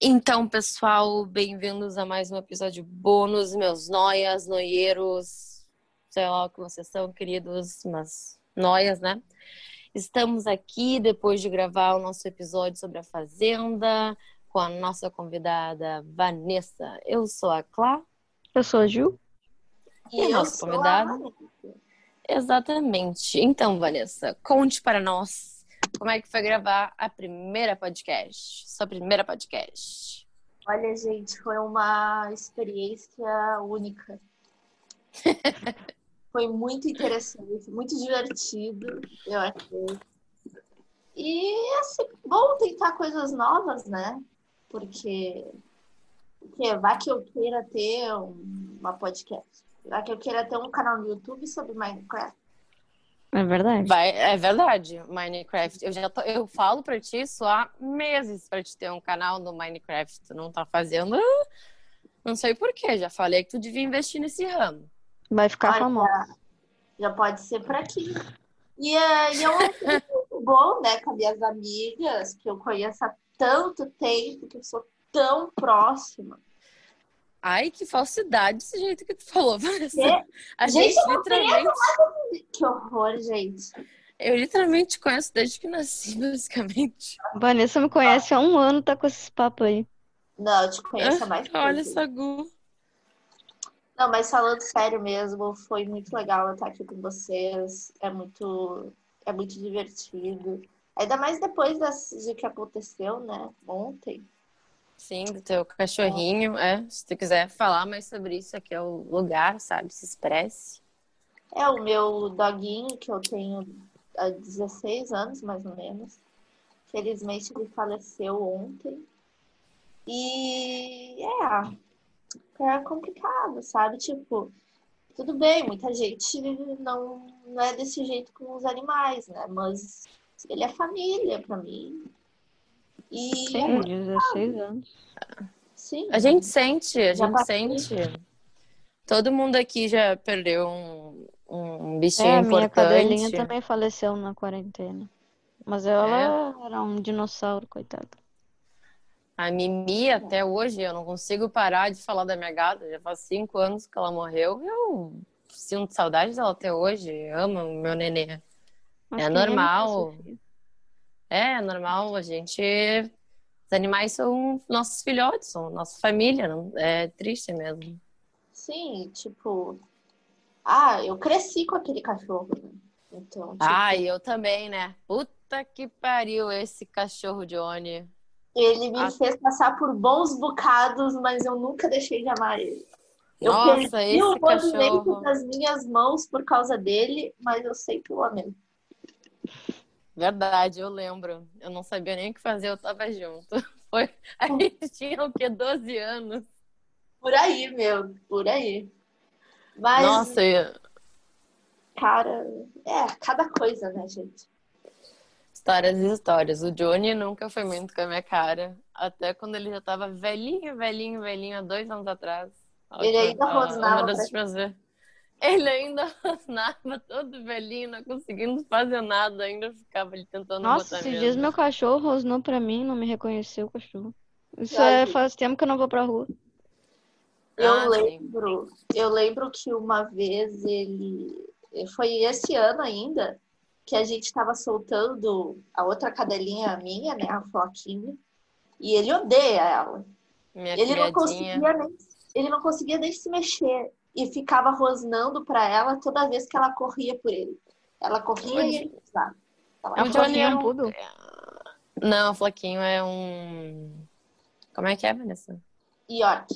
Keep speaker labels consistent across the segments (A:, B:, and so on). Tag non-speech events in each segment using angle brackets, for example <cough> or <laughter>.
A: Então, pessoal, bem-vindos a mais um episódio bônus, meus noias, noieiros, sei lá o que vocês são, queridos, mas noias, né? Estamos aqui depois de gravar o nosso episódio sobre a Fazenda com a nossa convidada Vanessa. Eu sou a Clá.
B: Eu sou a Ju.
A: E, o nosso convidado. Exatamente. Então, Vanessa, conte para nós como é que foi gravar a primeira podcast, sua primeira podcast.
C: Olha, gente, foi uma experiência única. foi muito interessante, muito divertido, eu achei. E é sempre bom tentar coisas novas, né? Porque, porque vai que eu queira ter um- uma podcast. Vai que eu queira ter um canal no YouTube sobre Minecraft.
B: É verdade.
A: Vai- é verdade, Minecraft. Eu já tô- eu falo pra ti isso há meses pra te ter um canal no Minecraft. Tu não tá fazendo? Não sei porquê. Já falei que tu devia investir nesse ramo.
B: Vai ficar
C: Olha,
B: famosa.
C: Já pode ser por aqui. E, é- e é um assunto muito bom, né? Com minhas amigas, que eu conheço há tanto tempo, que eu sou tão próxima.
A: Ai, que falsidade esse jeito que tu falou, <laughs> Vanessa.
C: Quê?
A: A
C: É, Gente,
A: gente,
C: eu não tenho
A: literalmente.
C: Que horror, gente.
A: Eu literalmente te conheço desde que nasci, <laughs> basicamente.
B: Vanessa me conhece há um ano, tá com esses papos aí.
C: Não, eu te conheço há mais tempo.
A: <laughs> Olha essa Gu.
C: Não, mas falando sério mesmo, foi muito legal estar aqui com vocês. É muito, é muito divertido. Ainda mais depois das, de que aconteceu, né? Ontem.
A: Sim, do teu cachorrinho. É, se tu quiser falar mais sobre isso, aqui é o lugar, sabe? Se expresse.
C: É o meu doguinho que eu tenho há 16 anos, mais ou menos. Felizmente ele faleceu ontem. E é, é complicado, sabe? Tipo, tudo bem, muita gente não, não é desse jeito com os animais, né? Mas ele é família pra mim. E
B: Sim, 16 anos.
C: sim,
A: A gente sente, a
C: Já
A: gente
C: passei.
A: sente. Todo mundo aqui já perdeu um, um bichinho
B: É, a minha cadelinha tá-
A: importante.
B: também faleceu na quarentena. Mas ela
A: É.
B: era um dinossauro, coitada.
A: A Mimi, até hoje, eu não consigo parar de falar da minha gata. Já faz cinco anos que ela morreu. Eu sinto saudade dela até hoje. Eu amo o meu nenê.
B: Mas
A: É
B: quem ama
A: normal.
B: essa filha?
A: É, é normal, a gente. Os animais são nossos filhotes, são nossa família. Não... É triste
B: Tipo-
A: mesmo.
C: sim, tipo. Ah, eu cresci com aquele cachorro, né? Então, tipo,
A: Ah, e eu também, né? Puta que pariu esse cachorro Johnny.
C: Ele me
A: Ah.
C: fez passar por bons bocados, mas eu nunca deixei de amar ele. Eu
A: Nossa,
C: perdi o
A: esse
C: movimento
A: cachorro.
C: das minhas mãos por causa dele, mas eu sempre o amei.
A: Verdade, eu lembro. Eu não sabia nem o que fazer, eu tava junto. <laughs> Foi... A
C: Hum.
A: gente tinha o quê? 12 anos.
C: Por aí, meu, por aí. Mas,
A: Nossa, e-
C: cara, é cada coisa, né, gente?
A: histórias e histórias. O Johnny nunca foi muito com a minha cara. Até quando ele já tava velhinho, velhinho, velhinho, há dois anos atrás. A
C: Ele
A: última-
C: ainda
A: a-
C: rosnava
A: Uma das
C: pra-
A: últimas vezes. Ele ainda <laughs> rosnava, todo velhinho, não conseguindo fazer nada, ainda ficava ali tentando
B: Nossa,
A: botar
B: esses
A: medo.
B: dias meu cachorro rosnou pra mim, não me reconheceu o cachorro. Isso
C: Ai,
B: é,
C: gente.
B: faz tempo que eu não vou pra rua.
C: Eu
A: Ah, sim.
C: lembro, eu lembro que uma vez ele foi esse ano ainda que a gente estava soltando a outra cadelinha minha, né, a Floquinha, e ele odeia ela.
A: Minha
C: Ele não
A: criadinha.
C: conseguia nem, ele não conseguia nem se mexer e ficava rosnando pra ela toda vez que ela corria por ele. Ela corria e ele cruzava. Ela
A: É um
B: A
C: corria.
B: Floquinha é um
A: Johnny é um-
B: poodle.
A: Não, o Floquinho é um. Como é que é, Vanessa?
C: E olha,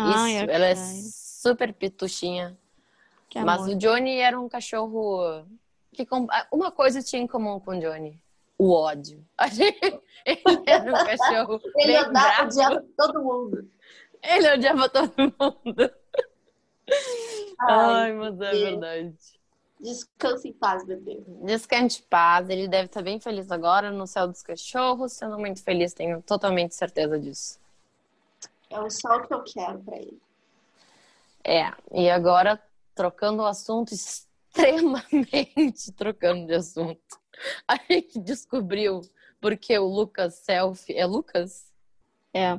B: Ah,
A: Isso,
B: Yorkshire.
A: ela é super pituchinha.
B: Que
A: Mas
B: amor.
A: o Johnny era um cachorro que com- ah, uma coisa tinha em comum com o Johnny: o ódio. <laughs> A gente- Ele era um cachorro
C: ele
A: bem
C: andava
A: bravo.
C: odiava todo mundo.
A: Ele odiava todo mundo.
C: Ai,
A: Ai, mas é
C: Deus.
A: verdade.
C: descansa em paz, bebê.
A: Descante paz, ele deve estar bem feliz agora no céu dos cachorros, sendo muito feliz, tenho totalmente certeza disso.
C: É o sol que eu quero pra ele.
A: É, e agora trocando o assunto, <laughs> extremamente trocando de assunto. A gente descobriu porque o Lucas Selfie. É Lucas?
B: É.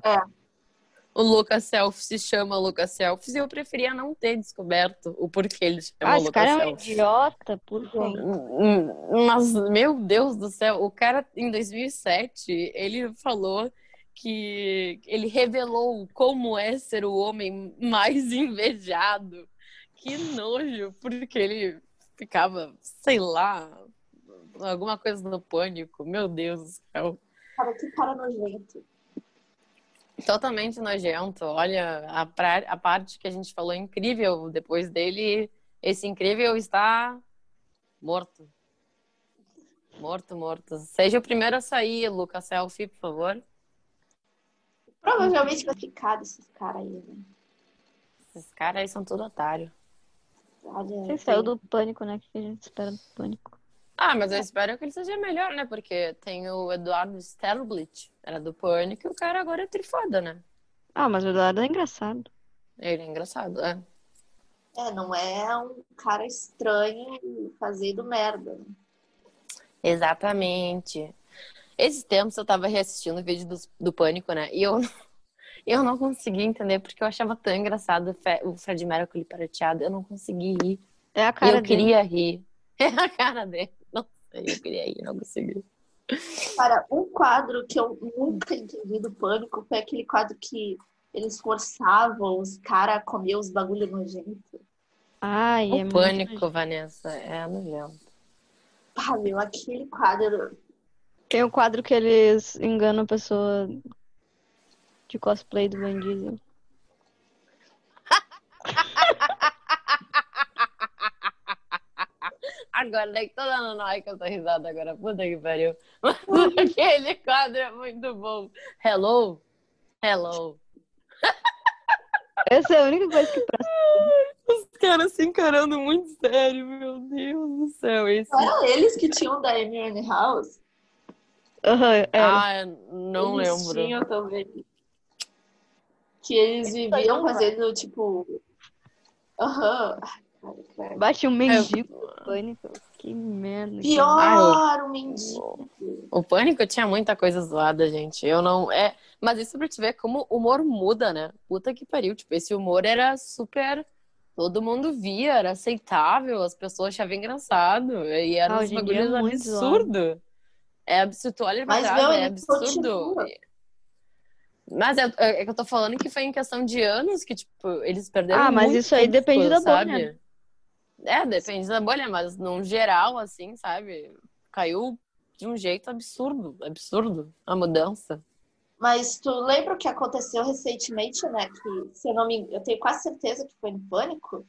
A: O Lucas Self se chama Lucas Selfies e eu preferia não ter descoberto o porquê ele se chama
B: Ah, esse
A: Lucas
B: cara é um
A: Selfies.
B: idiota, por
A: Tipo,
B: quê?
A: Mas, meu Deus do céu, o cara em 2007, ele falou que ele revelou como é ser o homem mais <laughs> invejado. Que nojo, porque ele ficava, sei lá, alguma coisa no pânico. Meu Deus do céu.
C: Cara, que cara nojento.
A: Totalmente nojento. Olha, a, pra- a parte que a gente falou é incrível depois dele, esse incrível está morto. Morto, morto. Seja o primeiro a sair, Lucas Selfie, por favor.
C: Provavelmente vai ficar desses caras aí, né?
A: Esses caras aí são tudo otário.
C: Olha,
B: Você
A: é
B: saiu do pânico, né? Que a gente espera do pânico.
A: Ah, mas eu espero que ele seja melhor, né? Porque tem o Eduardo Sterblitz, era do Pânico, e o cara agora é trifoda, né?
B: Ah, mas o Eduardo é engraçado.
A: Ele é engraçado, é.
C: É, não é um cara estranho fazendo merda. né?
A: Exatamente. Esses tempos eu tava reassistindo o vídeo do, do Pânico, né? E eu, <laughs> eu não conseguia entender porque eu achava tão engraçado o Fe- o Fred Mercury prateado. Eu não conseguia rir.
B: É a
A: E
B: cara
A: eu queria rir. <laughs> É a cara dele. Não sei, eu queria rir, não consegui.
C: Cara, um quadro que eu nunca entendi do Pânico foi aquele quadro que eles forçavam os caras a comer os bagulho nojento.
B: dele. Ai, é
A: O
B: muito
A: Pânico, Vanessa, é nojento.
C: Pá, meu, aquele quadro.
B: Tem o quadro que eles enganam a pessoa de cosplay do Van Diesel.
A: Agora, daí toda nanoica, eu tô risada agora. Puta que <laughs> pariu. Mas aquele quadro é muito bom. Hello? Hello.
B: Essa é a única coisa que presta.
A: Os caras se encarando muito sério, meu Deus do céu. Esse...
C: Não eram eles que tinham da Amy House?
B: Aham, é.
A: Ah, não
C: eles
A: lembro.
C: Tinham também. Que eles viviam fazendo, tipo. Aham. Ai, cara, cara.
B: Bate
A: É.
B: um mendigo do pânico. Que merda. que
C: Pior, o mendigo.
A: O Pânico tinha muita coisa zoada, gente. Eu não. É... Mas isso pra te ver como o humor muda, né? Puta que pariu. Tipo, esse humor era super. Todo mundo via, era aceitável, as pessoas achavam engraçado. E eram
B: Ah,
A: uns
B: hoje em dia é
A: bagulhos
B: muito
A: absurdos. É absurdo, tu olha
C: Mas,
A: pra
C: meu,
A: trás, é
C: ele
A: absurdo.
C: continua.
A: Mas é, é que eu tô falando que foi em questão de anos que, tipo, eles perderam
B: Ah, mas
A: muito
B: isso aí
A: tempo,
B: depende da bolha,
A: sabe? É, depende da bolha, mas num geral, assim, sabe? Caiu de um jeito absurdo, absurdo a mudança.
C: Mas tu lembra o que aconteceu recentemente, né? Que, se eu não me eu tenho quase certeza que foi no Pânico,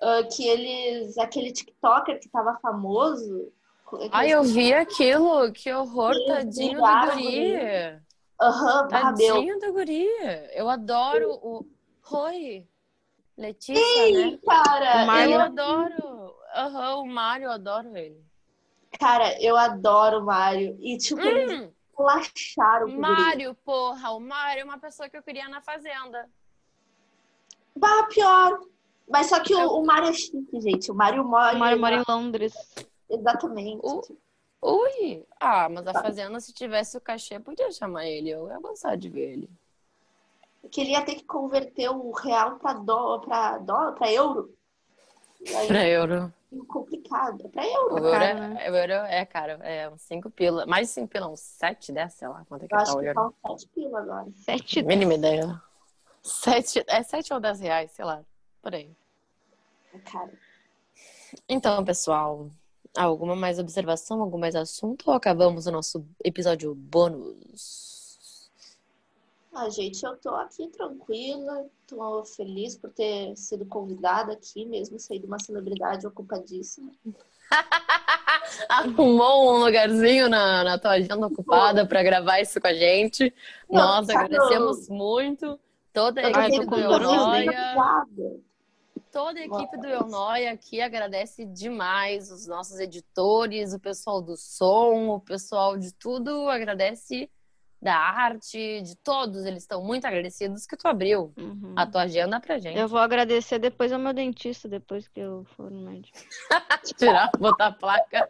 C: ah, que eles, aquele TikToker que tava famoso. aqueles-
A: Ai, eu vi aquilo, que horror,
C: Meu
A: tadinho do
C: Deus,
A: guri.
C: Aham,
A: Ah,
C: bah, meu.
A: Tadinho do guri. Eu adoro o... Oi, Letícia, né?
C: Ih, cara,
B: O Mário.
A: Eu
C: eu,
A: adoro. Aham, o Mário, eu adoro ele.
C: cara, eu adoro o Mário. E, tipo, eles
A: Hum.
C: lacharam É o guri.
A: Mário, porra, o Mário é uma pessoa que eu queria na fazenda.
C: Bah, Ah, pior. Mas só que o, o Mário é chique, gente. O Mário mora.
B: O Mário mora em Londres.
C: Exatamente.
A: O- Ui! Ah, mas a fazenda, se tivesse o cachê, podia chamar ele. Eu ia gostar de ver ele.
C: Que ele ia ter que converter o real pra dó, pra dó, pra euro. E aí,
A: Pra euro.
C: complicado. É pra euro.
A: O
B: Tá
A: euro,
B: caro,
A: é,
C: né?
A: o euro é caro. É uns 5 pila. Mais 5 pila, uns 7, 10, sei lá. Quanto é que
C: Eu
A: tá
C: acho
A: o
C: que
A: euro?
C: tá um 7 pila agora.
B: Sete.
A: Mínima ideia. 7, é 7 ou 10 reais, sei lá. Por aí.
C: Cara,
A: Então, pessoal, alguma mais observação, algum mais assunto? Ou acabamos o nosso episódio bônus?
C: ah, gente, eu tô aqui tranquila, tô feliz por ter sido convidada aqui, mesmo sendo uma celebridade ocupadíssima.
A: Arrumou um lugarzinho na, na tua agenda ocupada para gravar isso com a gente.
C: Não,
A: Nós
C: tá
A: agradecemos muito toda a
C: Eu tô
B: Ai,
A: equipe
B: tô
C: feliz
A: do
B: com
C: por vocês terem
A: Eunoia.
C: convidado.
A: Toda a equipe do Eunoia aqui agradece demais os nossos editores, o pessoal do som, o pessoal de tudo agradece da arte, de todos. Eles estão muito agradecidos que tu abriu
B: Uhum.
A: a tua agenda pra gente.
B: Eu vou agradecer depois ao meu dentista, depois que eu for no médico.
A: <laughs> Tirar, botar a placa.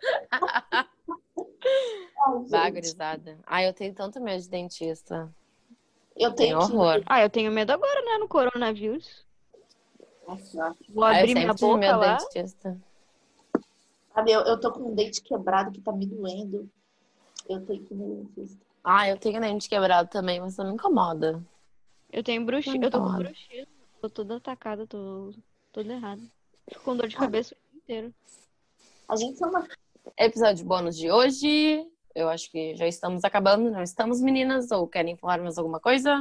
C: Ai, gente,
A: Bagulhizada. Ai, eu tenho tanto medo de dentista.
C: Eu
A: Tem
C: tenho
A: horror.
B: Ah, eu tenho medo agora, né? No coronavírus.
C: que.
B: Vou
A: Ah, eu
B: abrir minha
A: sempre tive
B: boca
A: meu
B: lá.
A: dentista.
C: Sabe, eu, eu tô com um dente quebrado que tá me doendo. Eu tenho que ir no dentista.
A: Ah, eu tenho dente quebrado também, mas não me incomoda.
B: Eu tenho bruxismo.
A: Não
B: Eu tô com
A: pode.
B: bruxismo. Tô toda atacada, tô toda errada. Fico com dor de cabeça o dia inteiro.
C: A gente é uma.
A: Episódio bônus de hoje. Eu acho que já estamos acabando, não estamos, meninas? Ou querem falar mais alguma coisa?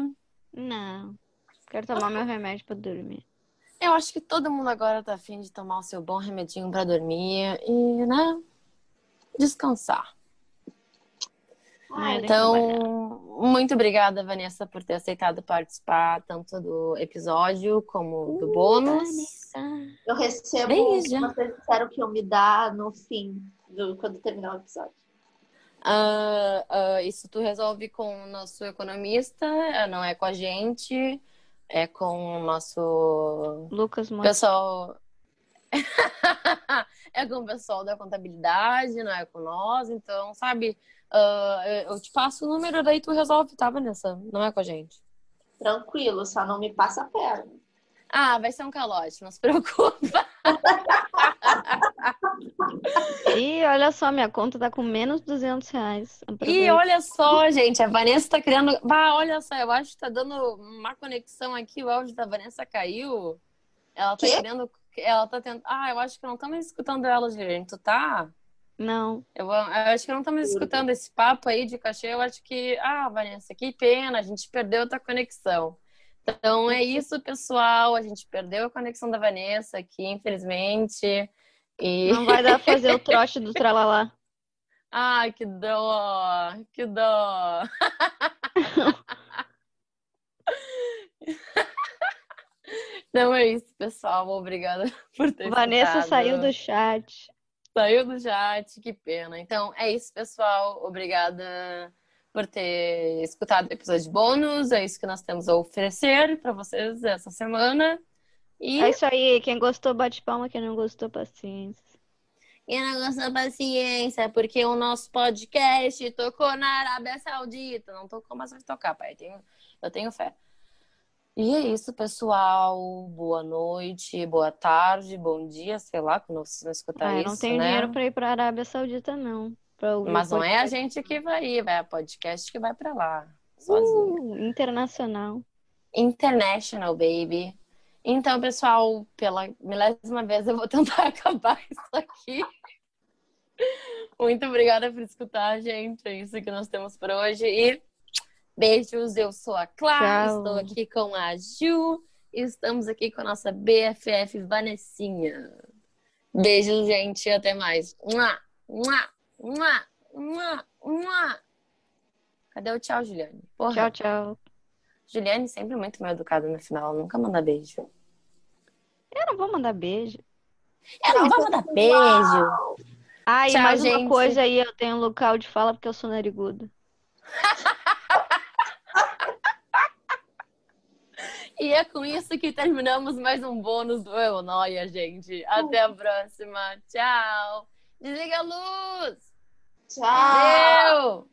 B: Não. Quero tomar meu remédio pra dormir.
A: Eu acho que todo mundo agora tá afim de tomar o seu bom remedinho pra dormir e, né? Descansar.
C: Ai,
B: Tem que
A: Então, muito obrigada, Vanessa, por ter aceitado participar tanto do episódio como do bônus.
C: Eu recebo o
A: Beijo.
C: que vocês disseram que eu me dá no fim, do, quando terminar o episódio.
A: Ah, ah, isso tu resolve com o nosso economista, eh, não é com a gente, é com o nosso
B: Lucas Moura.
A: pessoal. <laughs> é com o pessoal da contabilidade, não é com nós, então, sabe? ah, eu eu te passo o número, daí tu resolve, tá, Vanessa? Não é com a gente.
C: Tranquilo, só não me passa a perna.
A: Ah, vai ser um calote, não se preocupa.
B: Ih, olha só, minha conta tá com menos 200 reais.
A: E
B: Aproveita.
A: olha só, gente, a Vanessa tá criando. Bah, olha só, eu acho que tá dando uma conexão aqui, o áudio da Vanessa caiu. Ela tá
C: Quê?
A: querendo. Ela tá tentando. Ah, eu acho que não estamos escutando ela direito, tá?
B: Não.
A: Eu, eu acho que não estamos escutando esse papo aí de cachê. Eu acho que. Ah, Vanessa, que pena, a gente perdeu outra conexão. Então é isso, pessoal. A gente perdeu a conexão da Vanessa aqui, infelizmente. E.
B: Não vai dar pra fazer o trote do
A: <laughs>
B: tralalá.
A: Ai, que dó! Que dó! <laughs> Então é isso, pessoal. Obrigada por ter
B: Vanessa
A: escutado.
B: saiu do chat.
A: Saiu do chat, que pena. Então é isso, pessoal. Obrigada por ter escutado o episódio bônus. É isso que nós temos a oferecer para vocês essa semana. E
B: É isso aí. Quem gostou, bate palma. Quem não gostou, paciência.
A: E não gostou paciência, porque o nosso podcast tocou na Arábia Saudita. Não tocou, mas vai tocar, pai. Tenho- eu tenho fé. E é isso, pessoal. Boa noite, boa tarde, bom dia, sei lá, quando vocês vão escutar
B: Ah, eu
A: isso,
B: não tenho
A: né?
B: dinheiro pra ir pra Arábia Saudita, não. Pra ouvir
A: Mas
B: o
A: não é a
B: podcast.
A: gente que vai ir, vai a podcast que vai pra lá. Sozinho.
B: Uh, internacional.
A: International, baby. Então, pessoal, pela milésima vez eu vou tentar <laughs> acabar isso aqui. Muito obrigada por escutar, gente. É isso que nós temos por hoje. E beijos, eu sou a Clara,
B: Tchau.
A: estou aqui com a Ju. e Estamos aqui com a nossa BFF Vanessinha. Beijo, gente, e até mais. Mua, mua, mua, mua, mua. Cadê o tchau, Juliane? Porra.
B: Tchau, tchau.
A: Juliane sempre muito mal educada no final, ela nunca manda beijo.
B: Eu não vou mandar beijo.
A: Ela não vai mandar beijo.
B: Ah, e
A: Tchau,
B: mais
A: gente.
B: uma coisa aí, eu tenho um local de fala porque eu sou narigudo.
A: E é com isso que terminamos mais um bônus do Eu Noia, gente. Até a próxima. Tchau. Desliga a luz.
C: Tchau!
A: Deu.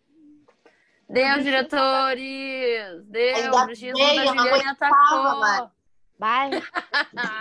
A: Deu, diretores. Deu.
C: Ainda
A: O bruxismo
C: bem,
A: da
C: eu não
A: Juliane Ah.
C: aguentava
A: atacou.
C: mais.
B: Bye.